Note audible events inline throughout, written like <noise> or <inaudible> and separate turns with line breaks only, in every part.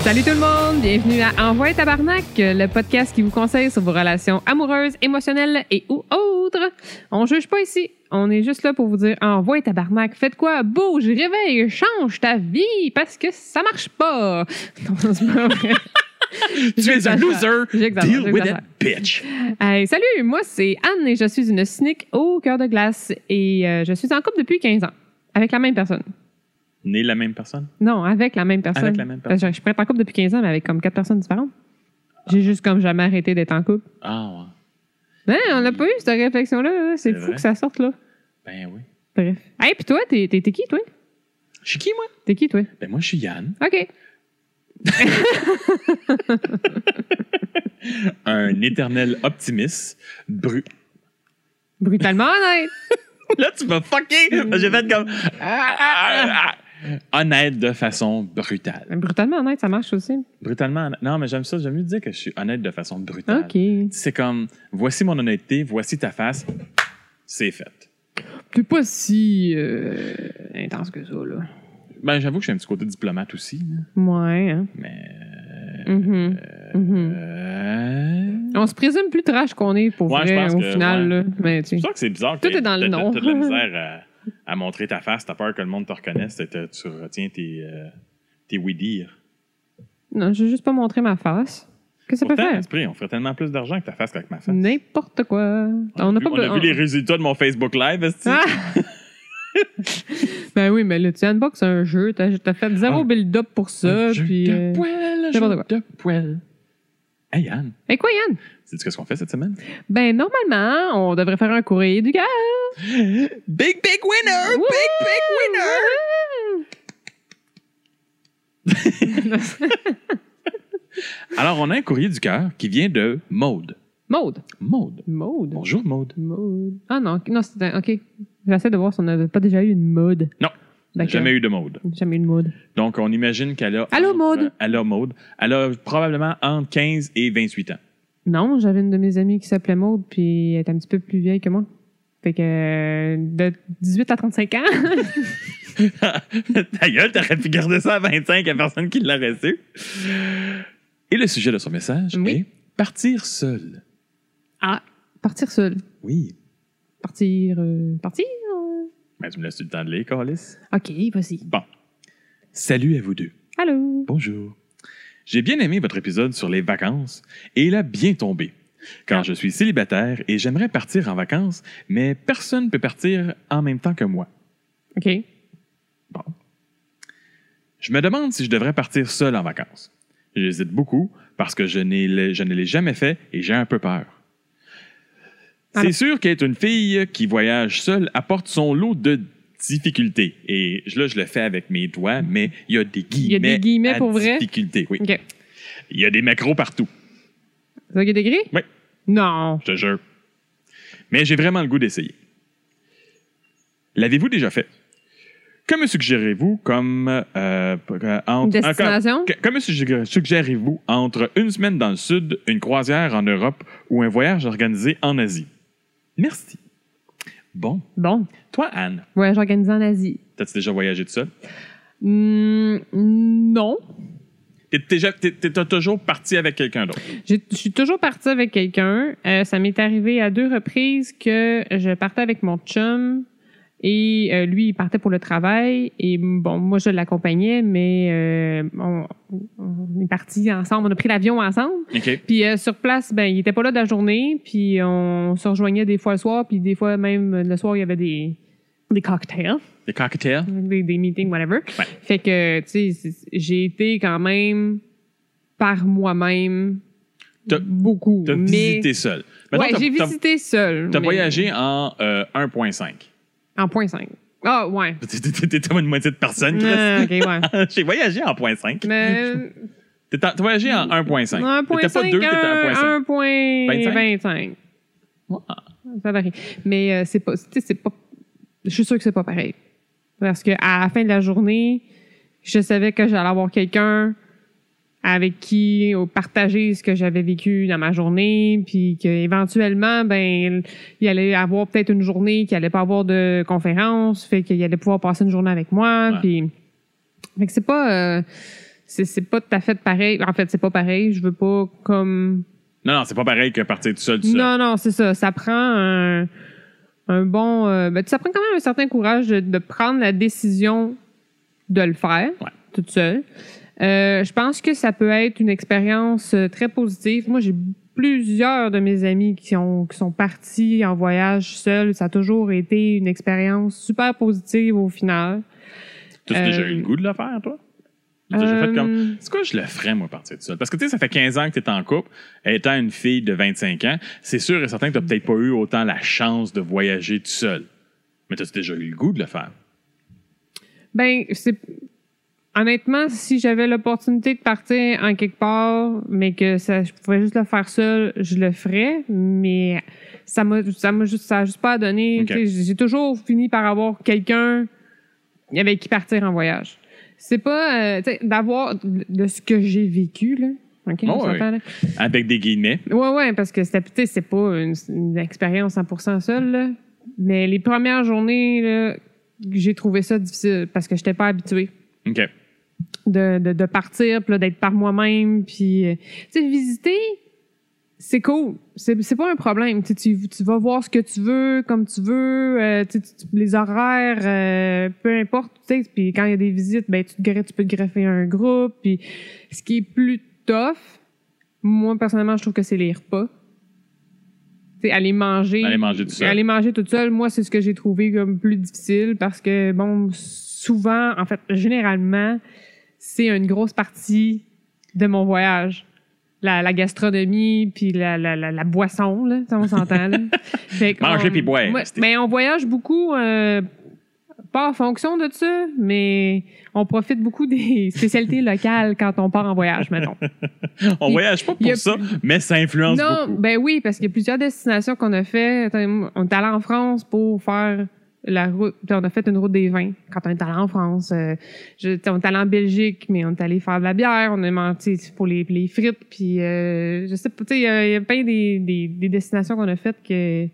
Salut tout le monde, bienvenue à Envoie Tabarnak, le podcast qui vous conseille sur vos relations amoureuses, émotionnelles et ou autres. On juge pas ici, on est juste là pour vous dire Envoie Tabarnak, faites quoi, bouge, réveille, change ta vie parce que ça marche pas. <laughs> Non, c'est pas vrai.
Tu es un loser.
J'exagère,
Deal with
j'exagère.
that bitch.
Hey, salut, moi c'est Anne et je suis une cynique au cœur de glace et euh, je suis en couple depuis 15 ans avec la même personne.
Né la même personne.
Non, avec la même personne.
Avec la même
Parce que Je suis prête en couple depuis 15 ans, mais avec comme quatre personnes différentes. J'ai juste comme jamais arrêté d'être en couple.
Ah ouais.
Hein, on n'a pas eu cette réflexion-là. hein. C'est
C'est
fou
vrai.
que ça sorte, là.
Ben oui.
Bref. Hey, puis toi, t'es t'es- t'es qui, toi?
Je suis qui, moi?
T'es qui, toi?
Ben moi, je suis Yann.
OK.
Un éternel optimiste. Bru... <laughs>
Brutalement honnête.
Là, tu m'as fucké! parce que J'ai fait comme... Ah, ah, ah. Honnête de façon brutale.
Ben, Brutalement honnête, ça marche aussi.
Brutalement... Non, mais j'aime ça. J'aime mieux dire que je suis honnête de façon brutale.
OK. T'es
C'est comme, voici mon honnêteté, voici ta face. C'est fait.
pas si euh, intense que ça, là.
Ben, j'avoue que j'ai un petit côté diplomate aussi. là.
Ouais, hein.
Mais...
Mhm. Mhm.
euh,
On se présume plus trash qu'on est pour
Ouais, je
vrai
pense
au
que-
final.
ouais.
Là. Mais tu
C'est pour ça que c'est bizarre. que
Tout
t'aies-
est dans le
t'as-
nom.
T'as t'as de
<laughs>
la misère à, à montrer ta face. T'as peur que le monde te reconnaisse. t'as- t'as- Tu retiens tes, euh, tes oui-dire.
Non, j'ai juste pas montré ma face. Qu'est-ce que ça peut
Pourtant,
faire?
esprit, on ferait tellement plus d'argent que ta face qu'avec ma face.
N'importe quoi. On n'a
vu-
pas
on a vu les résultats de mon Facebook Live. esti.
Ah! <laughs> ben oui, mais le Tianbox, c'est un jeu. T'as t'as fait zéro
Un-
build-up pour ça.
Ah. Un jeu
Puis, euh,
de poêle, un
n'importe
jeu de poêle. Hey Anne,
hey, Ben, quoi, Yann?
sais-tu ce qu'on fait cette semaine?
Ben, normalement, on devrait faire un courrier du gars.
Big, big winner!
Wouhou!
Big, winner! Alors, on a un courrier du cœur qui vient de Maude.
<laughs> Maude.
Maude.
Maude.
Bonjour Maude.
Maude. Ah non, non c'était un- OK. J'essaie de voir si on n'avait pas déjà eu une mode.
Non.
D'accord.
Jamais eu de Maude.
Jamais eu une mode.
Donc, on imagine qu'elle a.
Allô, Maude?
Elle a Maude. Elle a probablement entre 15 et 28 ans. <laughs>
Non, j'avais une de mes amies qui s'appelait Maude, puis elle était un petit peu plus vieille que moi. Fait que euh, de 18 à 35 ans.
Ta gueule, t'aurais pu garder ça à 25 à personne qui l'a reçu. Et le sujet de son message
Oui.
est partir seul.
ah, partir seule.
Oui.
Partir. euh, partir?
Ben, tu me laisses le temps de lire, Carlis.
OK, vas-y.
Bon. Salut à vous deux.
Allô?
Bonjour. J'ai bien aimé votre épisode sur les vacances et il a bien tombé.
Ah.
Car je suis célibataire et j'aimerais partir en vacances, mais personne ne peut partir en même temps que moi.
OK.
Bon. Je me demande si je devrais partir seul en vacances. J'hésite beaucoup parce que je, n'ai le- je ne l'ai jamais fait et j'ai un peu peur. C'est
Alors-
sûr qu'être une fille qui voyage seule apporte son lot de difficultés. Et je- là, je le fais avec mes doigts, mais il y a des guillemets.
y a des guillemets
à
pour vrai?
Difficultés, oui.
OK.
Il y a des macros partout,
C'est ça qui est écrit?
Oui.
Non.
je te jure. Mais j'ai vraiment le goût d'essayer. L'avez-vous déjà fait? Que me suggérez-vous comme. euh, pour- euh,
Une
entre- encore-
destination?
Que- Que me suggé- suggérez-vous entre une semaine dans le sud, une croisière en Europe ou un voyage organisé en Asie? Merci. Bon,
Bon.
toi, Anne,
Voyage organisé en Asie.
t'as-tu déjà voyagé tout seul?
Hmm, non.
T'es déjà- t'es- t'es- T'as toujours parti avec quelqu'un d'autre.
J'ai- Je suis toujours partie avec quelqu'un. Euh, ça m'est arrivé à deux reprises que je partais avec mon chum et euh, lui, il partait pour le travail. Et bon, moi, je l'accompagnais, mais euh, on, on est partis ensemble. On a pris l'avion ensemble.
OK.
Puis euh, sur place, ben, il était pas là de la journée. Puis on se rejoignait des fois le soir. Puis des fois, même euh, le soir, il y avait des, des cocktails.
Les cocktails?
des, des meetings, whatever.
Ouais.
Fait que, tu sais, c'est- j'ai été quand même par moi-même
T'as-
beaucoup.
T'as
mais...
visité seul. Mettons,
Ouais,
t'as-
j'ai
t'as-
visité seul.
T'as
mais-
voyagé en euh, 1.5.
En point 5. Ah,
<laughs>
ouais.
T'es- t'es- T'es t'es une moitié de personne, Chris.
Ah, ok, ouais.
<laughs> J'ai voyagé en 0.5.
Mais
T'es- T'as t'as voyagé en 1.5.
un point
T'étais pas
cinq,
deux, t'étais en 1.5.
un- un point 25.
Ouais.
Ça varie. Mais euh, c'est pas, tu sais, c'est pas. Je suis sûre que c'est pas pareil. Parce que à la fin de la journée, je savais que j'allais avoir quelqu'un avec qui euh, partager ce que j'avais vécu dans ma journée, puis qu'éventuellement, ben, il allait avoir peut-être une journée qu'il allait pas avoir de conférence, fait qu'il allait pouvoir passer une journée avec moi,
Ouais.
puis. Fait que c'est pas. euh, c'est c'est pas tout à fait pareil. En fait, c'est pas pareil. Je veux pas comme.
Non, non, c'est pas pareil que partir tout seul, tout seul.
Non, non, c'est ça. Ça prend un, un bon. euh, ben, ça prend quand même un certain courage de, de prendre la décision de le faire
Ouais.
toute seule. Euh, je pense que ça peut être une expérience euh, très positive. Moi, j'ai plusieurs de mes amis qui, ont, qui sont partis en voyage seuls. Ça a toujours été une expérience super positive au final.
T'as
Euh,
déjà eu le goût de le faire, toi? T'as déjà fait comme.
Euh,
C'est quoi, je le ferais, moi, partir tout seul? Parce que, tu sais, ça fait 15 ans que tu es en couple. Étant une fille de 25 ans, c'est sûr et certain que tu peut-être pas eu autant la chance de voyager tout seul. Mais t'as déjà eu le goût de le faire?
Ben, c'est. Honnêtement, si j'avais l'opportunité de partir en quelque part, mais que ça, je pouvais juste le faire seul, je le ferais, mais ça m'a, ça m'a juste, ça a juste pas donné.
Ok.
Tu sais, J'ai j'ai toujours fini par avoir quelqu'un avec qui partir en voyage. C'est pas, euh, tu sais, d'avoir de de ce que j'ai vécu, là. OK,
Ouais,
on
Oh, ouais.
s'entend, là?
Avec des guillemets.
Ouais, ouais, parce que c'était, tu sais, c'est pas une, une expérience 100% seule, là. Mais les premières journées, là, j'ai trouvé ça difficile parce que j'étais pas habituée
OK.
de, de, de partir, puis là, d'être par moi-même, puis euh, tu sais, visiter, c'est cool, c'est c'est pas un problème. Tu, sais, tu, tu vas voir ce que tu veux, comme tu veux, euh, tu sais, tu- tu- les horaires, euh, peu importe, tu sais, puis quand il y a des visites, ben tu, te greffes- tu peux te greffer un groupe, puis ce qui est plus tough, moi personnellement, je trouve que c'est les repas. Tu sais, aller manger.
Aller manger tout seul.
Aller manger toute seule, moi, c'est ce que j'ai trouvé comme plus difficile parce que, bon, souvent, en fait, généralement, c'est une grosse partie de mon voyage. La, la gastronomie, puis la, la, la, la boisson, là, ça, on s'entend.
<laughs>
là. Fait qu'on-
Manger puis boire,
Ouais,
c'était-
mais on voyage beaucoup, euh, pas en fonction de ça, mais on profite beaucoup des spécialités locales quand on part en voyage, mettons.
On
Il-
voyage pas
il y a-
pour ça, mais ça influence
Non,
beaucoup.
ben oui, parce qu'il y a plusieurs destinations qu'on a fait. Attends, moi, On est allé en France pour faire la route. puis On a fait une route des vins quand on est allé en France. Euh, je- tu sais, on est allé en Belgique, mais on est allé faire de la bière. On a menti pour les, les frites. Puis euh, je sais pas, tu sais, il y a- il y, a plein des, des, des destinations qu'on a faites que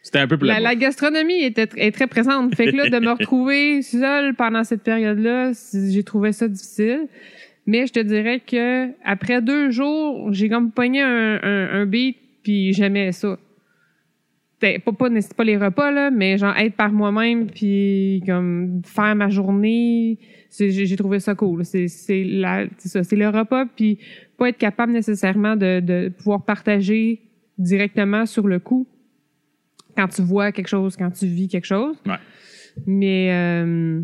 C'était un peu pour la
la, la gastronomie était tr- est très présente. Fait que là, de me retrouver seule pendant cette période-là, c- j'ai trouvé ça difficile. Mais je te dirais que après deux jours, j'ai comme pogné un, un, un beat, puis j'aimais ça. T'es- Pas, pas, c'est pas les repas, là, mais genre être par moi-même, puis comme faire ma journée, c'est- j'ai j'ai trouvé ça cool. C'est c'est la- c'est ça, c'est le repas, puis pas être capable nécessairement de, de pouvoir partager directement sur le coup quand tu vois quelque chose, quand tu vis quelque chose.
Ouais.
Mais euh,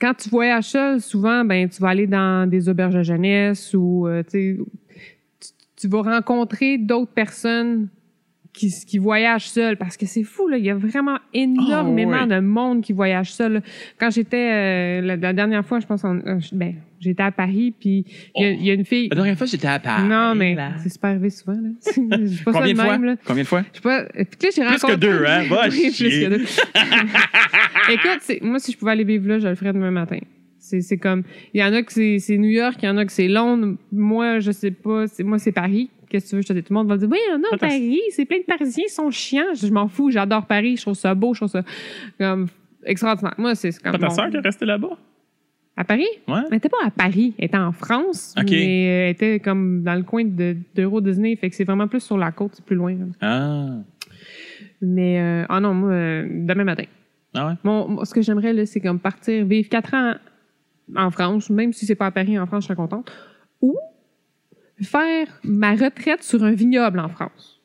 quand tu voyages seul, souvent, ben, tu vas aller dans des auberges de jeunesse ou euh, tu, sais, tu- tu vas rencontrer d'autres personnes qui, qui voyagent seules parce que c'est fou, là, il y a vraiment énormément
Ah, ouais.
de monde qui voyage seul. là. Quand j'étais, euh, la, la dernière fois, je pense, qu'on- euh, je- ben, j'étais à Paris, puis il y, a-
Oh.
il y a une fille.
La dernière fois, j'étais à Paris.
non, mais
là.
c'est super arrivé souvent. Là. <laughs> Je suis pas ça
Combien
de
de fois?
même. Là.
Combien de fois?
Je sais pas. euh, Puis là, j'ai
Plus que
rencontré.
deux,
<laughs>
hein?
Oui,
Va
plus
chier.
que deux. <laughs> Écoute, c'est- moi, si je pouvais aller vivre là, je le ferais demain matin. C'est c'est comme. Il y en a que c'est- c'est New York, il y en a que c'est Londres. Moi, je sais pas. c'est- Moi, c'est Paris. Qu'est-ce que tu veux? Je te dis, tout le monde va dire, oui, non,
Attends,
Paris, c'est plein de Parisiens, ils sont chiants. Je, je m'en fous, j'adore Paris, je trouve ça beau, je trouve ça comme extraordinaire. Moi, c'est c'est comme.
Pas ta
bon.
sœur qui est restée là-bas?
À Paris?
Ouais.
Elle était pas à Paris, elle était en France,
Ok.
mais euh, elle était comme dans le coin de- d'Euro Disney, fait que c'est vraiment plus sur la côte, c'est plus loin. là.
Ah.
Mais, euh, ah non, moi, euh, demain matin.
Ah ouais?
Mon, mon- ce que j'aimerais, là, c'est comme partir, vivre quatre ans en France, même si c'est pas à Paris, en France, je serais contente. Ou faire ma retraite sur un vignoble en France.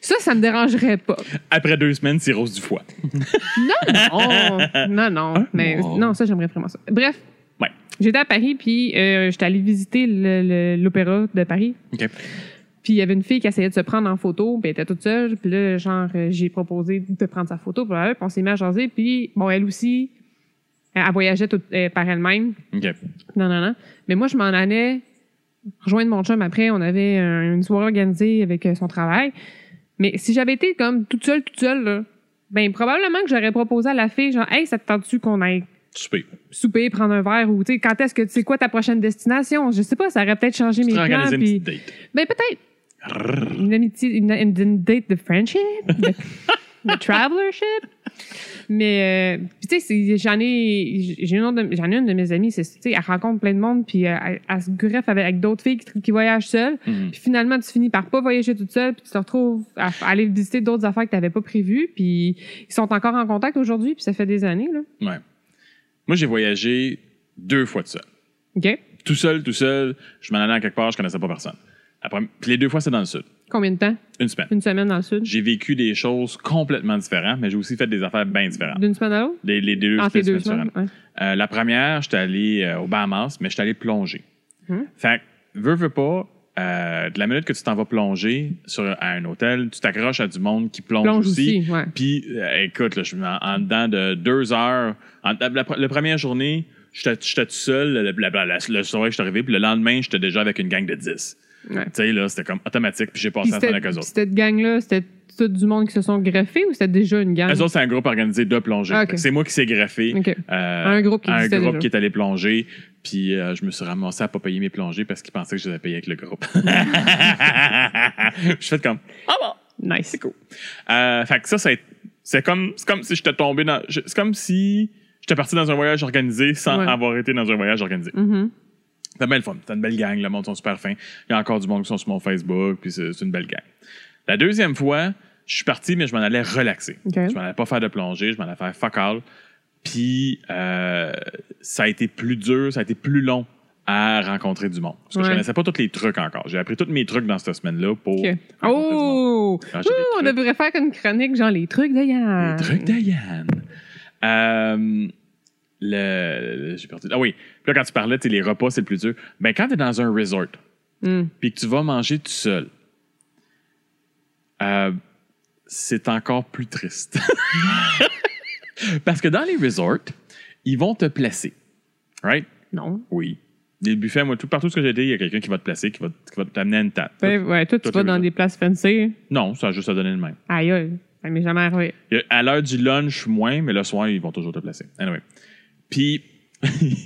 Ça, ça me dérangerait pas.
Après deux semaines, cirrhose du foie.
Non,
<laughs>
non, non.
Un
Mais
mois.
non, ça, j'aimerais vraiment ça. Bref.
Ouais.
J'étais à Paris, puis euh, j'étais allée visiter le- le- l'opéra de Paris.
OK.
Puis il y avait une fille qui essayait de se prendre en photo, puis elle était toute seule. Puis là, genre, euh, j'ai proposé de prendre sa photo, pour elle, puis on s'est mis à jaser. Puis, bon, elle aussi, elle, elle voyageait toute, euh, par elle-même.
OK.
Non, non, non. Mais moi, je m'en allais rejoindre mon chum après. On avait euh, une soirée organisée avec euh, son travail. Mais si j'avais été comme toute seule, toute seule, là, ben probablement que j'aurais proposé à la fille, genre, « Hey, ça te tente-tu qu'on aille
Super.
souper, prendre un verre? » Ou, tu sais, « Quand est-ce que... C'est quoi ta prochaine destination? » Je sais pas, ça aurait peut-être changé
Tu
mes
t'es
plans.
organisé
Puis...
une petite date.
Ben, peut-être une amitié, une, une- une date de friendship, de, de travelership. Mais, euh, puis tu sais, c'est- j'en ai, j'ai une, autre de- j'en ai une de mes amies, c'est, tu sais, elle rencontre plein de monde, puis euh, elle, elle se greffe avec, avec d'autres filles qui, qui voyagent seules.
Mhm.
Puis finalement, tu finis par pas voyager toute seule, puis tu te retrouves à, à aller visiter d'autres affaires que tu n'avais pas prévues, puis ils sont encore en contact aujourd'hui, puis ça fait des années, là.
Ouais. Moi, j'ai voyagé deux fois tout seul.
OK?
Tout seul, tout seul, je m'en allais à quelque part, je connaissais pas personne. Après, puis les deux fois, c'est dans le sud.
Combien de temps?
Une semaine.
Une semaine dans le sud?
J'ai vécu des choses complètement différentes, mais j'ai aussi fait des affaires bien différentes.
D'une semaine à l'autre?
Les, les deux,
Entre les
c'était
deux
différent.
semaines? ouais.
Euh, la première, j'étais allé euh, au Bahamas, mais j'étais allé plonger.
Mhm.
Fait que, veux, veux pas, euh, de la minute que tu t'en vas plonger sur, à un hôtel, tu t'accroches à du monde qui plonge,
Plonge
aussi.
aussi, ouais.
Puis, euh, écoute, là, je suis en, en dedans de deux heures. En, la, la- la première journée, j'étais j'étais tout seul. Le, la- la- la- le soir, je suis arrivé. Puis le lendemain, j'étais déjà avec une gang de 10.
Ouais.
Tu sais, là, c'était comme automatique. Puis j'ai
Puis
passé la semaine
c'était-
avec
puis
eux autres.
cette gang-là, c'était tout du monde qui se sont greffés ou c'était déjà une gang?
Eux autres, c'est un groupe organisé de plongée.
Ah, ok.
Fait que C'est moi qui s'est greffé.
OK.
euh,
Un groupe qui
à un
existait
groupe
déjà.
qui est allé plonger. Puis euh, je me suis ramassé à pas payer mes plongées parce qu'ils pensaient que je les avais payés avec le groupe. <laughs> je fais comme.
Nice.
cool. Euh, fait que ça, ça a été- c'est comme, c'est comme si j'étais tombé dans. je- C'est comme si j'étais parti dans un voyage organisé sans
Ouais.
avoir été dans un voyage organisé.
Mhm.
C'est belle fun. C'est une belle gang. Le monde sont super fins. Il y a encore du monde qui sont sur mon Facebook. Puis c'est c'est une belle gang. La deuxième fois, je suis parti, mais je m'en allais relaxer.
OK.
Je m'en allais pas faire de plongée. Je m'en allais faire fuck all. Puis euh, ça a été plus dur, ça a été plus long à rencontrer du monde. Parce que je
Ouais.
connaissais pas tous les trucs encore. J'ai appris tous mes trucs dans cette semaine-là pour.
OK.
rencontrer du monde.
Oh!
Ah, j'ai des
Ouh, on
trucs.
devrait faire une chronique, genre les trucs de Yann.
Les trucs de Yann. Euh, le, le- j'ai perdu. Ah oui. Puis là, quand tu parlais, tu sais, les repas, c'est le plus dur. Ben, quand tu es dans un resort,
Hmm.
puis que tu vas manger tout seul, euh, c'est encore plus triste. <laughs> Parce que dans les resorts, ils vont te placer. Right?
Non.
Oui. Les buffets, moi, tout, partout où j'ai été, il y a quelqu'un qui va te placer, qui va, qui va t'amener à une table.
Ben, ouais, toi, tu
Toi,
vas
t'es
dans
raison.
des places fancy.
Non, ça a juste à donner le même.
Aïe, aïe. Ça m'est jamais arrivé.
Il y a- À l'heure du lunch, moins, mais le soir, ils vont toujours te placer. Anyway. Puis,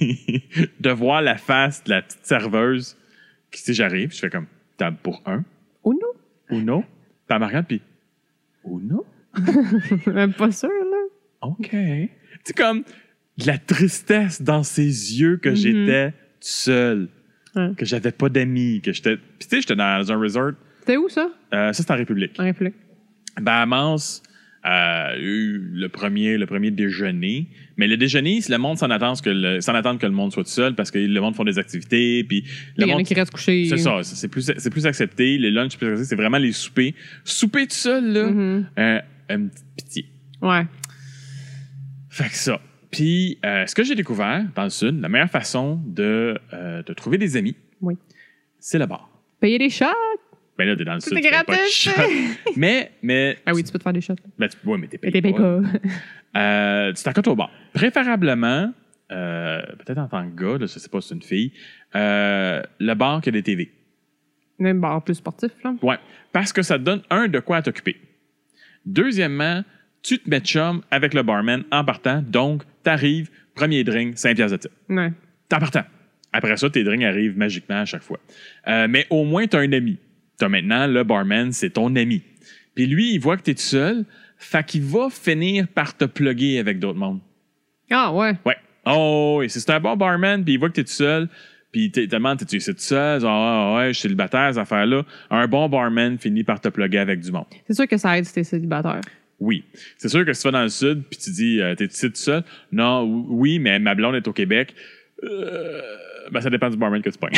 <laughs> de voir la face de la petite serveuse, qui si j'arrive, je fais comme table pour un,
Oh non!
ou non. Puis elle me regarde, puis ou non.
<laughs> Même pas sûr, là.
OK. C'est comme de la tristesse dans ses yeux que
Mhm.
j'étais seul,
Ouais.
que j'avais pas d'amis, que j'étais. Puis, tu sais, j'étais dans un resort,
C'était où, ça?
euh, ça, c'est en République.
Un réflexe.
Bahamas Ben, euh, eu le premier, le premier déjeuner. Mais le déjeuner, c'est le monde s'en attend que le, s'en attend que le monde soit tout seul parce que le monde font des activités. Puis le
Il y en a
monde,
qui restent couchés.
c'est ça, c'est c'est plus, c'est plus accepté. Le lunch, c'est plus accepté. c'est vraiment les soupers. Souper tout seul, là,
Mhm.
euh, une petite pitié.
Ouais.
Fait que ça. Puis, euh, ce que j'ai découvert dans le Sud, la meilleure façon de, euh, de trouver des amis,
Oui.
c'est le bar.
Payer des shots!
Ben là, t'es dans le Sud.
C'était
tu payes pas de
gratis!
shot.
<laughs>
mais, mais.
ah oui, tu peux te faire des shots.
Ben, tu, ouais, mais t'es
Mais
payé
t'es payé
pas.
pas. <laughs>
Euh, tu t'accotes au bar. Préférablement, euh, peut-être en tant que gars, là, je sais pas si c'est une fille, euh, le bar que des TV.
Même bar plus sportif, là.
Ouais. Parce que ça te donne, un, de quoi à t'occuper. Deuxièmement, tu te mets chum avec le barman en partant. Donc, t'arrives, premier drink, 5 piastres de tip.
Ouais.
T'en partant. Après ça, tes drinks arrivent magiquement à chaque fois. Euh, mais au moins, t'as un ami. T'as maintenant le barman, c'est ton ami. Puis lui, il voit que t'es tout seul, fait qu'il va finir par te plugger avec d'autres mondes.
Ah, ouais.
Ouais. Oh, et si c'est un bon barman, puis il voit que t'es tout seul, puis t'es- tellement t'es tu es tout seul, genre, ah ouais, je suis célibataire, cette affaire-là, un bon barman finit par te plugger avec du monde.
C'est sûr que ça aide si t'es célibataire.
Oui. C'est sûr que si tu vas dans le sud, puis tu dis, euh, t'es tout seul, tout seul, non, ou- oui, mais ma blonde est au Québec, Euh, ben ça dépend du barman que tu pognes.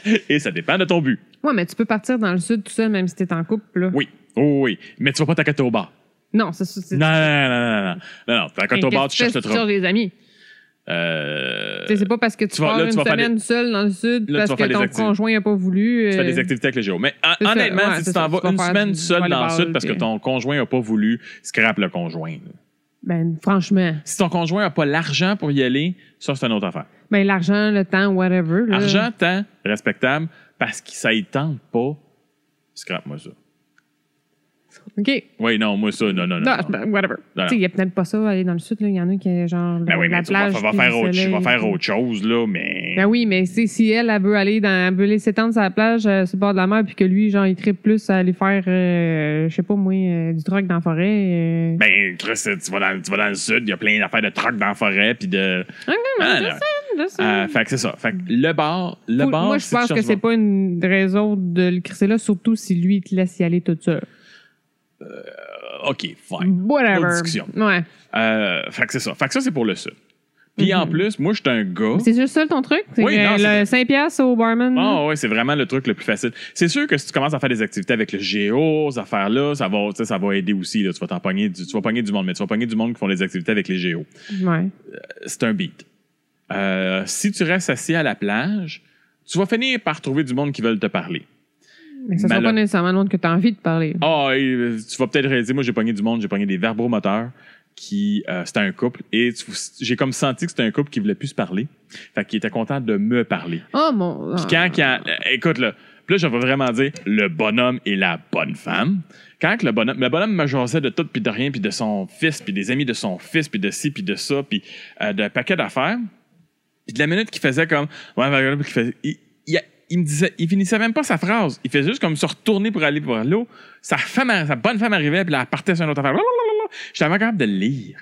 <laughs> et ça dépend de ton but.
Ouais, mais tu peux partir dans le sud tout seul, même si t'es en couple, là.
Oui. Oh oui. Mais tu vas pas t'accoter au bar.
Non, c'est sûr. c'est-
Non, non, non, non, non, non. Non, non, t'accotes
Hey,
au bar, tu
qu'est-ce
cherches
que
le
fais si tu
trouble.
cherches des amis.
Euh,
Tu sais, c'est pas parce que tu,
tu vas-
pars
là, tu
une
vas faire
semaine seule dans le sud
Là, tu vas
parce
faire
que
des
ton
activités.
conjoint n'a pas voulu.
Tu fais
euh,
des activités avec le géo. Mais hon-
c'est ça,
honnêtement,
ouais,
si
c'est
tu t'en
ça,
vas
tu vas
une
faire
semaine
du
seule dans le
volleyball,
sud parce que
puis-
ton conjoint n'a pas voulu, scrape le conjoint. là.
Ben, franchement.
Si ton conjoint n'a pas l'argent pour y aller, ça, c'est une autre affaire.
Ben, l'argent, le temps, whatever. là.
Argent, temps, respectable, parce que ça y tente pas, scrape-moi ça.
OK.
Oui, non, moi, ça, non, non, non.
Non,
non.
ben, whatever.
Non, non.
Tu sais, il y a peut-être pas ça, aller dans le sud, là. Il y en a qui, genre,
Ben
la,
oui,
la
mais tu vas,
plage.
va
puis
faire
le
autre,
soleil.
va faire autre chose, là, mais.
Ben oui, mais c'est- si elle, elle veut aller dans, elle veut aller s'étendre sur la plage, euh, sur le bord de la mer, puis que lui, genre, il tripe plus à aller faire, euh, je sais pas moi, euh, du drogue dans la forêt. euh.
Ben, Chris, tu vas dans, tu vas dans le sud, il y a plein d'affaires de trocs dans la forêt, puis de.
Ah, non,
Ah,
je
non.
sais, je sais.
Euh, fait que c'est ça. Fait que le bar, le
Faut-
bar.
moi, je
si tu
pense que
cherches
c'est
bar-
pas une raison de le crisser là, surtout si lui, il te laisse y aller tout seul.
OK, fine. Pas de
Whatever.
discussion.
Ouais.
Euh, fait que c'est ça. Fait que ça, c'est pour le sud. Puis en
Mhm.
plus, moi, je suis un gars.
C'est juste ça ton truc? C'est
Oh. Oui,
que
non, c'est-
le 5 piastres au barman?
Ah ouais, c'est vraiment le truc le plus facile. C'est sûr que si tu commences à faire des activités avec le géo, ces affaires-là, ça va, tu sais, ça va aider aussi. Là. Tu vas t'en pogner du, tu vas pogner du monde, mais tu vas pogner du monde qui font des activités avec les géos.
Ouais.
c'est un beat. Euh, si tu restes assis à la plage, tu vas finir par trouver du monde qui veulent te parler.
Mais ça sera
Malo-
pas nécessairement le monde que t'as envie de parler.
Ah, et, euh, tu vas peut-être réaliser, moi j'ai pogné du monde, j'ai pogné des verbromoteurs qui euh, c'était un couple et tu- j'ai comme senti que c'était un couple qui voulait plus se parler, fait qu'il était content de me parler.
Oh mon.
Puis quand, quand- euh, écoute là, puis là je vais vraiment dire le bonhomme et la bonne femme. Quand que le bonhomme, le bonhomme me jasait de tout puis de rien puis de son fils puis des amis de son fils puis de ci puis de ça puis euh, d'un paquet d'affaires. Puis de la minute qu'il faisait comme ouais, ouais, ouais, qu'il faisait- il, il- il me disait, il finissait même pas sa phrase. Il faisait juste comme se retourner pour aller voir l'eau. Sa femme, sa bonne femme arrivait puis là, elle partait sur une autre affaire. Blablabla. J'étais même capable de le lire.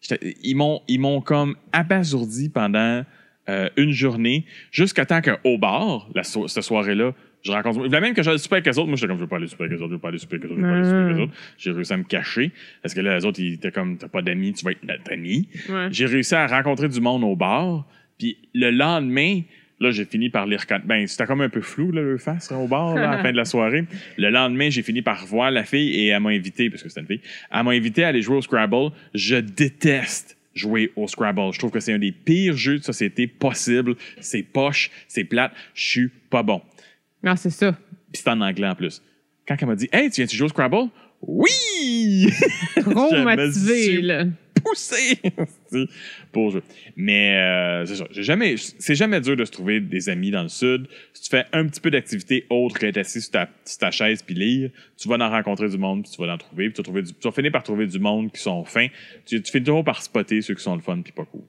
J'étais- Ils m'ont, ils m'ont comme abasourdi pendant euh, une journée, jusqu'à temps qu'au bar, la so- cette soirée-là, je rencontre. La même que j'allais super avec les autres, moi j'étais comme je veux pas aller super avec les autres, je veux pas aller super avec les autres, je veux pas aller super avec les
Mm.
autres. J'ai réussi à me cacher parce que là les autres ils étaient comme t'as pas d'amis, tu vas être notre ami.
Ouais.
J'ai réussi à rencontrer du monde au bar, puis le lendemain. Là, j'ai fini par les reconnaître. Ben, c'était comme un peu flou, là, le face, hein, au bar, là, à la fin de la soirée. Le lendemain, j'ai fini par voir la fille et elle m'a invité, parce que c'était une fille, elle m'a invité à aller jouer au Scrabble. Je déteste jouer au Scrabble. Je trouve que c'est un des pires jeux de société possible. C'est poche, c'est plate, je suis pas bon.
Ah, c'est ça.
Puis c'est en anglais en plus. Quand elle m'a dit Hey, tu viens-tu jouer au Scrabble? Oui!
Trop
<laughs> Je me
motivé,
suis-
là.
poussé <laughs> c'est pour jouer. Mais euh, c'est ça. J'ai jamais, c'est jamais dur de se trouver des amis dans le sud. Si tu fais un petit peu d'activité autre qu'être assis sur ta, sur ta chaise puis lire, tu vas en rencontrer du monde, puis tu vas en trouver, puis tu vas, trouver du- tu vas finir par trouver du monde qui sont fins. Tu, tu finis toujours par spotter ceux qui sont le fun puis pas cool.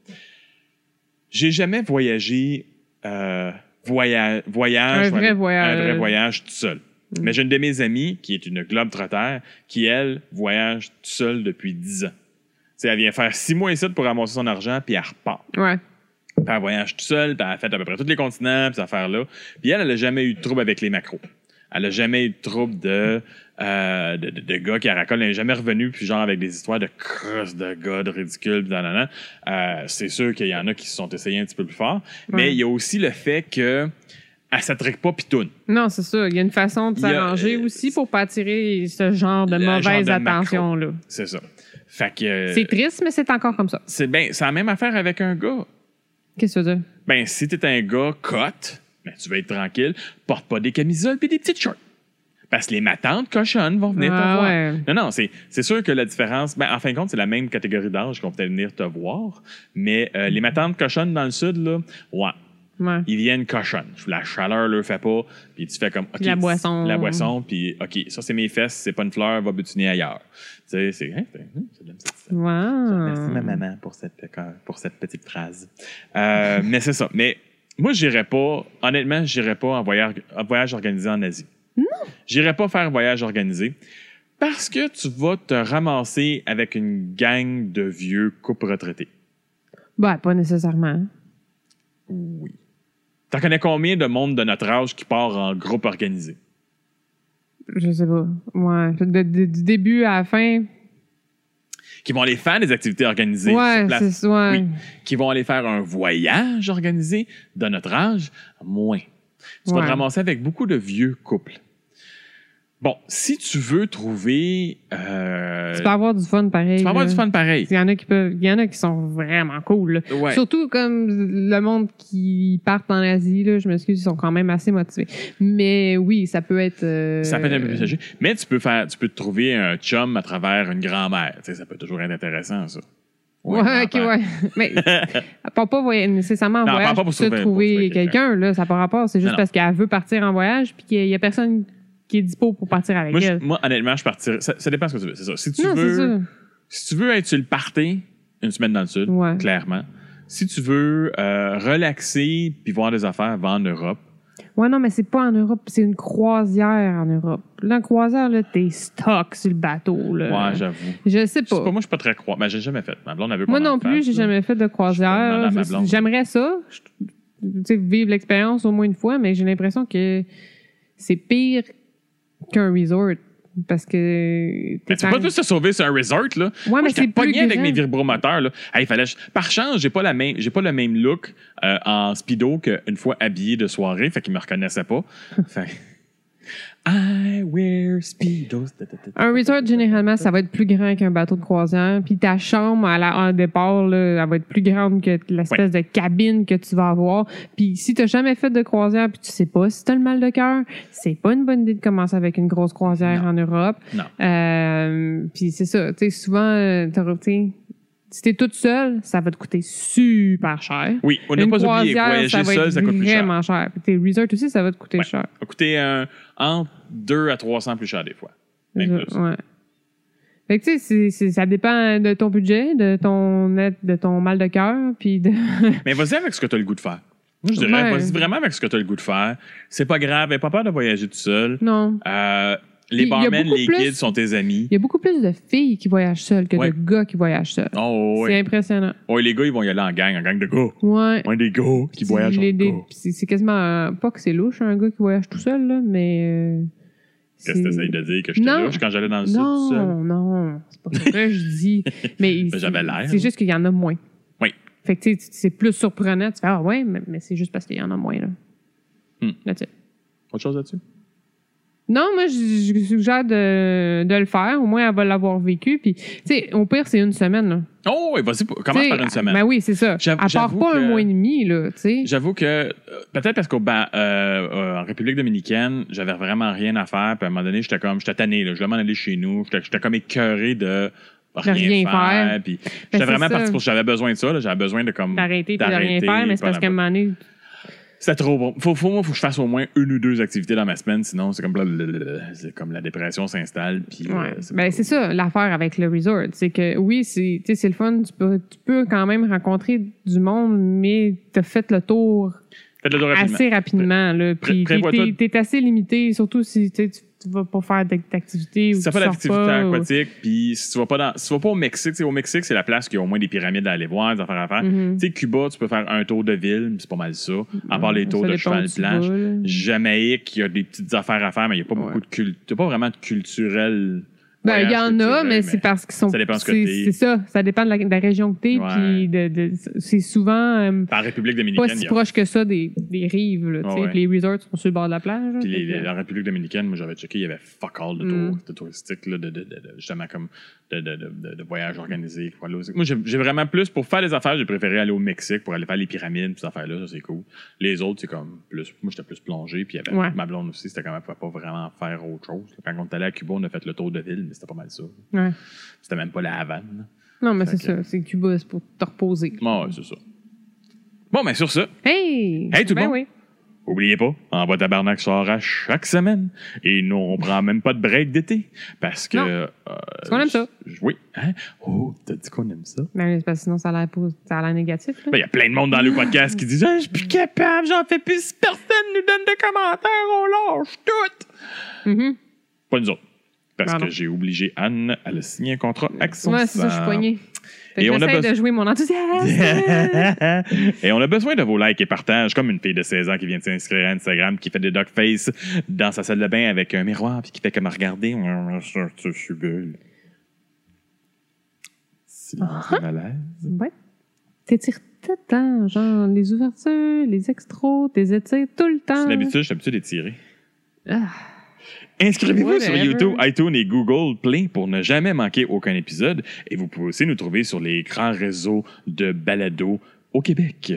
J'ai jamais voyagé euh, voya- voyage,
Un vrai voyage. Mm.
un vrai voyage tout seul. Mais j'ai une de mes amies qui est une globe trotter qui, elle, voyage tout seul depuis 10 ans. Tu sais, elle vient faire six mois ici pour ramasser son argent, puis elle repart.
Ouais.
Puis elle voyage tout seule, puis elle a fait à peu près tous les continents, puis ces affaires-là. Puis elle, elle n'a jamais eu de trouble avec les macros. Elle n'a jamais eu de trouble de, euh, de, de- de gars qui racolent. Elle n'est jamais revenue, puis genre avec des histoires de crosse de gars, de ridicules, puis nanana. Euh, c'est sûr qu'il y en a qui se sont essayés un petit peu plus fort. Mais
Ouais.
il y a aussi le fait que elle s'attraque pas pitoune.
Non, c'est ça. Il y a une façon de
Il y a,
s'arranger
euh,
aussi pour pas attirer ce genre de
le genre
mauvaise
de Euh,
attention, là.
C'est ça. Fait que... euh,
C'est triste, mais c'est encore comme ça.
c'est ben, c'est la même affaire avec un gars.
Qu'est-ce que tu veux dire?
Ben, si t'es un gars cote, ben, tu vas être tranquille. Porte pas des camisoles puis des petites shorts. Parce que les matantes cochonnes vont venir
Ah
te voir.
ouais.
Non, non, c'est c'est sûr que la différence... Ben, en fin de compte, c'est la même catégorie d'âge qu'on peut venir te voir. Mais euh, les matantes cochonnes dans le sud, là, ouais,
Ouais.
ils viennent cochonnes. La chaleur leur fait pas. Puis tu fais comme... ok,
La boisson.
La boisson, puis OK, ça, c'est mes fesses, c'est pas une fleur, va butiner ailleurs. Tu sais, c'est... hein, c'est- hein, c'est de la petite-
Wow.
Merci ma maman pour cette, euh, pour cette petite phrase. Euh, <laughs> mais c'est ça. Mais moi, j'irais pas, honnêtement, j'irais pas en voyage, en voyage organisé en Asie. Non. J'irais pas faire un voyage organisé parce que tu vas te ramasser avec une gang de vieux couples retraités.
Ben, pas nécessairement.
Oui. T'en connais combien de monde de notre âge qui part en groupe organisé?
Je sais pas. Ouais. De- de- du début à la fin.
Qui vont aller faire des activités organisées sur
Ouais,
place?
c'est ça. ouais.
Oui. qui vont aller faire un voyage organisé de notre âge, moins. Tu vas
Ouais.
te ramasser avec beaucoup de vieux couples. Bon, si tu veux trouver... euh,
Tu peux avoir du fun pareil.
tu peux avoir
là.
du fun pareil.
Il y en a qui peuvent, il y en a qui sont vraiment cool. là.
Ouais.
Surtout comme le monde qui part en Asie, là, je m'excuse, ils sont quand même assez motivés. Mais oui, ça peut être. euh,
Ça peut être un peu plus âgé. Mais tu peux, faire, tu peux te trouver un chum à travers une grand-mère. Tu sais, ça peut toujours être intéressant, ça. Ou
Ouais,
un
ok,
grand-père.
ouais. Mais elle part <laughs> pas voy- nécessairement en
Non, elle
voyage
part pas pour
pour se
sauver- pour
trouver
sauver
quelqu'un, là, ça n'a pas rapport. C'est juste
Non, non.
parce qu'elle veut partir en voyage puis qu'il y a personne qui est dispo pour partir avec
Moi, je-
elle.
moi, honnêtement, je partirais. Ça, ça dépend ce que tu veux. C'est ça. Si tu
non, c'est
veux,
ça.
si tu veux être sur le party une semaine dans le sud,
Ouais.
clairement. Si tu veux euh, relaxer puis voir des affaires, va en Europe.
Ouais, non, mais c'est pas en Europe, c'est une croisière en Europe. Là, en croisière, là, t'es stock sur le bateau, là.
ouais, j'avoue.
je sais
Je sais
pas.
pas, moi, je suis pas très croix. Mais j'ai jamais fait. Ma blonde avait
Moi non plus,
Ben,
j'ai jamais fait de
demander à
croisière.
ma blonde.
J'aimerais ça, je- tu sais, vivre l'expérience au moins une fois, mais j'ai l'impression que c'est pire qu'un resort parce que. t'es
Mais tu peux pas
en-
tous se sauver sur un resort, là.
Ouais, Ah, mais
Moi, j'étais
c'est plus
pogné avec
grand.
mes vibromoteurs, là. Hey, fallait... Par chance, j'ai pas, la même... j'ai pas le même look euh, en speedo qu'une fois habillé de soirée, fait qu'ils me
<laughs>
reconnaissaient pas. Fait... I wear speedos. Ta, ta, ta, ta.
Un resort, généralement, ça va être plus grand qu'un bateau de croisière. Puis ta chambre, à la, au départ, là, elle va être plus grande que l'espèce de cabine que tu vas avoir. Puis si t'as jamais fait de croisière, puis tu sais pas si t'as le mal de cœur, c'est pas une bonne idée de commencer avec une grosse croisière
Non.
en Europe.
Non.
Euh, puis c'est ça, tu sais, souvent, euh, t'auras- tu sais, si t'es toute seule, ça va te coûter super cher.
Oui, on n'a
Une
pas oublié.
croisière,
Voyager
ça va
seul,
être
ça coûte plus cher. Ça
vraiment cher. Puis tes resorts aussi, ça va te coûter
Ouais.
cher.
va coûter euh, entre 2 à 300 plus cher des fois. Même
Je-
plus.
Ouais. Fait que, tu sais, c'est- c'est- ça dépend de ton budget, de ton, de ton mal de cœur, puis de... <laughs>
Mais vas-y avec ce que tu as le goût de faire. Moi, je dirais,
Ouais.
vas-y vraiment avec ce que tu as le goût de faire. C'est pas grave, aie pas peur de voyager tout seul.
Non.
Euh,
Puis,
les
il y a
barmen,
beaucoup
les
plus-
guides sont tes amis.
Il y a beaucoup plus de filles qui voyagent seules que
Ouais.
de gars qui voyagent seuls.
Oh, oui.
C'est impressionnant.
Ouais, les gars, ils vont y aller en gang, en gang de gars.
Ouais.
Ouais, des gars qui voyagent en
Les- les-
gars.
C'est c'est quasiment... euh, pas que c'est louche, un gars qui voyage tout seul, là, mais... euh,
Qu'est-ce que
c'est-
t'essayes de dire que j'étais
Non.
louche quand j'allais dans le sud tout seul?
Non, non, c'est pas ça que je
<laughs>
dis. Mais
Ben, j'avais l'air.
C'est juste qu'il y en a moins.
Oui.
Fait que tu sais, c'est plus surprenant. Tu fais ah ouais, mais, mais c'est juste parce qu'il y en a moins là.
Hmm.
That's it.
Autre chose là-dessus?
Non, moi je, je suggère de, de le faire. Au moins elle va l'avoir vécu. Puis tu sais, au pire c'est une semaine. Là.
Oh, oui, vas-y, commence
Tu sais,
par une semaine.
Ben oui, c'est ça.
J'av-
À part
j'avoue
pas
que-
un mois et demi là, tu sais.
J'avoue que euh, peut-être parce qu'au ba- euh, euh, en République dominicaine, j'avais vraiment rien à faire. Puis à un moment donné, j'étais comme, j'étais tanné. Là, je voulais m'en aller chez nous. J'étais j'étais comme écœuré de rien,
rien
faire.
faire. Ben,
Puis j'étais
c'est
vraiment
ça. Ben.
parti pour j'avais besoin de ça. là. J'avais besoin de comme
D'arrêter puis de rien
d'arrêter,
faire, mais c'est
pas
parce qu'à un
la-
moment donné,
C'était trop bon. Faut, faut, moi, faut que je fasse au moins une ou deux activités dans ma semaine. Sinon, c'est comme blablabla. c'est comme la dépression s'installe. Puis euh,
Ouais.
c'est
Ben,
pas-
c'est ça l'affaire avec le resort. C'est que oui, c'est tu sais, c'est le fun, tu peux, tu peux quand même rencontrer du monde, mais t'as fait le tour
Faites le tour rapidement.
assez rapidement. là. Puis t'es-
prévois-toi
t'es- t'es assez limité, surtout si tu sais, tu- tu vas pas faire d'ac- d'activité ou
Si ça
tu
fait
sors
l'activité
pas, ou-
aquatique, puis si tu vas pas dans, si tu vas pas au Mexique, tu sais, au Mexique, c'est la place qui a au moins des pyramides à aller voir, des affaires à faire.
Mhm.
Tu sais, Cuba, tu peux faire un tour de ville, c'est pas mal ça. À part les
Mm. Ça
tours de
dépend
cheval
où tu
planche.
vas, là.
Jamaïque, il y a des petites affaires à faire, mais il n'y a pas
Ouais.
beaucoup de culture. pas vraiment de culturel.
Ben, il y
voyage
en a,
culturel,
mais, c'est parce qu'ils sont.
ça dépend ce que
c'est-
t'es.
C'est ça. Ça dépend de la, de la région que t'es.
Ouais.
Puis de- de- c'est souvent euh,
En République
pas
dominicaine, il
si
y a-
proche que ça des, des rives. Là, tu
Ah
sais.
ouais.
Puis Les resorts sont sur le bord de la plage. là.
Puis les-
Fait
les-
que-
en République dominicaine, moi j'avais checké, il y avait fuck all de,
Mm-hmm. Mm.
tours, de touristiques, là, de, de- de- de- justement comme de, de, de, de- de voyages organisés. quoi, là. Moi j'ai j'ai vraiment plus, pour faire des affaires, j'ai préféré aller au Mexique pour aller faire les pyramides, ces affaires-là, ça c'est cool. Les autres, c'est comme plus, moi j'étais plus plongé, puis il y avait
Ouais.
ma blonde aussi, c'était quand même, elle pouvait pas vraiment faire autre chose. Quand on est allé à Cuba, on a fait le tour de ville, mais c'était pas mal ça.
euh, Ouais.
C'était même pas la Havane.
Non, mais
Fait
c'est ça.
que-
C'est Cuba, c'est pour te reposer.
Bon, ouais, c'est ça. Bon, ben sur ça,
Hey!
Hey, tout le
ben
monde.
oui.
Oubliez pas, Envoi Tabarnak sort à chaque semaine. Et nous, on prend même pas de break d'été. Parce que.
Non.
euh,
qu'on aime ça.
j- Oui. Hein? Oh, t'as dit qu'on aime ça?
Ben, c'est parce que sinon, ça a l'air pos- ça a l'air négatif. Là.
Ben, il y a plein de monde dans le podcast qui disent Ah, Je suis plus capable, j'en fais plus, personne nous donne de commentaires, on lâche tout.
Mhm.
Pas nous autres. Parce
Pardon.
que j'ai obligé Anne à le signer un contrat avec son
Ben Ouais, c'est ça, je suis
sang.
poignée. Fait
ben, Et
que
on a
j'essaie
besoin-
de jouer mon
<laughs>
enthousiasme.
Et on a besoin de vos likes et partages, comme une fille de 16 ans qui vient de s'inscrire à Instagram, qui fait des dog face dans sa salle de bain avec un miroir, puis qui fait comme regarder. Je suis belle. Silence de malaise.
ouais. T'étires tout le temps, genre les ouvertures, les extros, tes étires tout le temps.
C'est l'habitude, j'ai l'habitude d'étirer.
Ah.
Inscrivez-vous sur
Whatever.
YouTube, iTunes et Google Play pour ne jamais manquer aucun épisode. Et vous pouvez aussi nous trouver sur les grands réseaux de balado au Québec.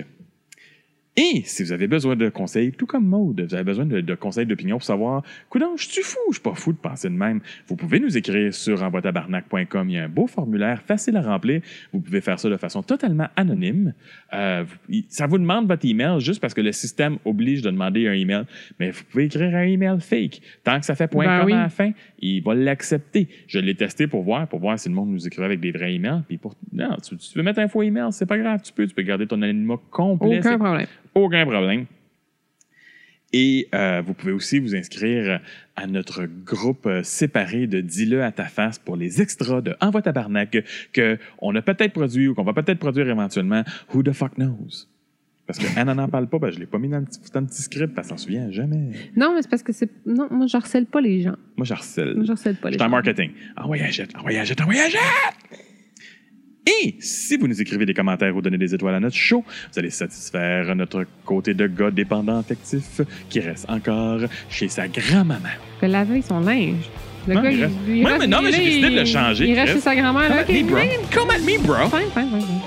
Et si vous avez besoin de conseils, tout comme Maude, vous avez besoin de, de conseils d'opinion pour savoir, coudon, je suis fou, je suis pas fou de penser de même. Vous pouvez nous écrire sur envoitabarnac.com. Il y a un beau formulaire facile à remplir. Vous pouvez faire ça de façon totalement anonyme. Euh, vous- il- ça vous demande votre email juste parce que le système oblige de demander un email. Mais vous pouvez écrire un email fake. Tant que ça fait point
Ben
com
oui.
à la fin, il va l'accepter. Je l'ai testé pour voir, pour voir si le monde nous écrivait avec des vrais emails. Puis pour... Non, tu, tu veux mettre un faux email, c'est pas grave, tu peux. Tu peux garder ton anonymat complet. c'est
Aucun problème.
aucun problème. Et euh, vous pouvez aussi vous inscrire à notre groupe euh, séparé de Dis-le à ta face pour les extras de Envoie tabarnak que on a peut-être produit ou qu'on va peut-être produire éventuellement. Who the fuck knows? Parce que Anna n'en parle pas, ben je l'ai pas mis dans le petit, dans le petit script, parce qu'elle s'en souvient jamais.
Non, mais c'est parce que c'est. Non, moi, je harcèle pas les gens.
Moi, je harcèle.
Moi, je harcèle pas les
Je suis en
gens.
marketing. Envoyez, achète, envoyez, achète, envoyez, achète! Et si vous nous écrivez des commentaires ou donnez des étoiles à notre show, vous allez satisfaire notre côté de gars dépendant affectif qui reste encore chez sa grand-maman.
Que laver son linge. Le
Non,
gars,
il
il,
reste-
il
Ouais, mais non, mais
il est
j'ai décidé de
là,
le changer,
Il reste
Chris.
chez sa grand-mère.
Come
là,
at me,
ok,
bro! Come at me, bro!
Fine, fine, fine, fine.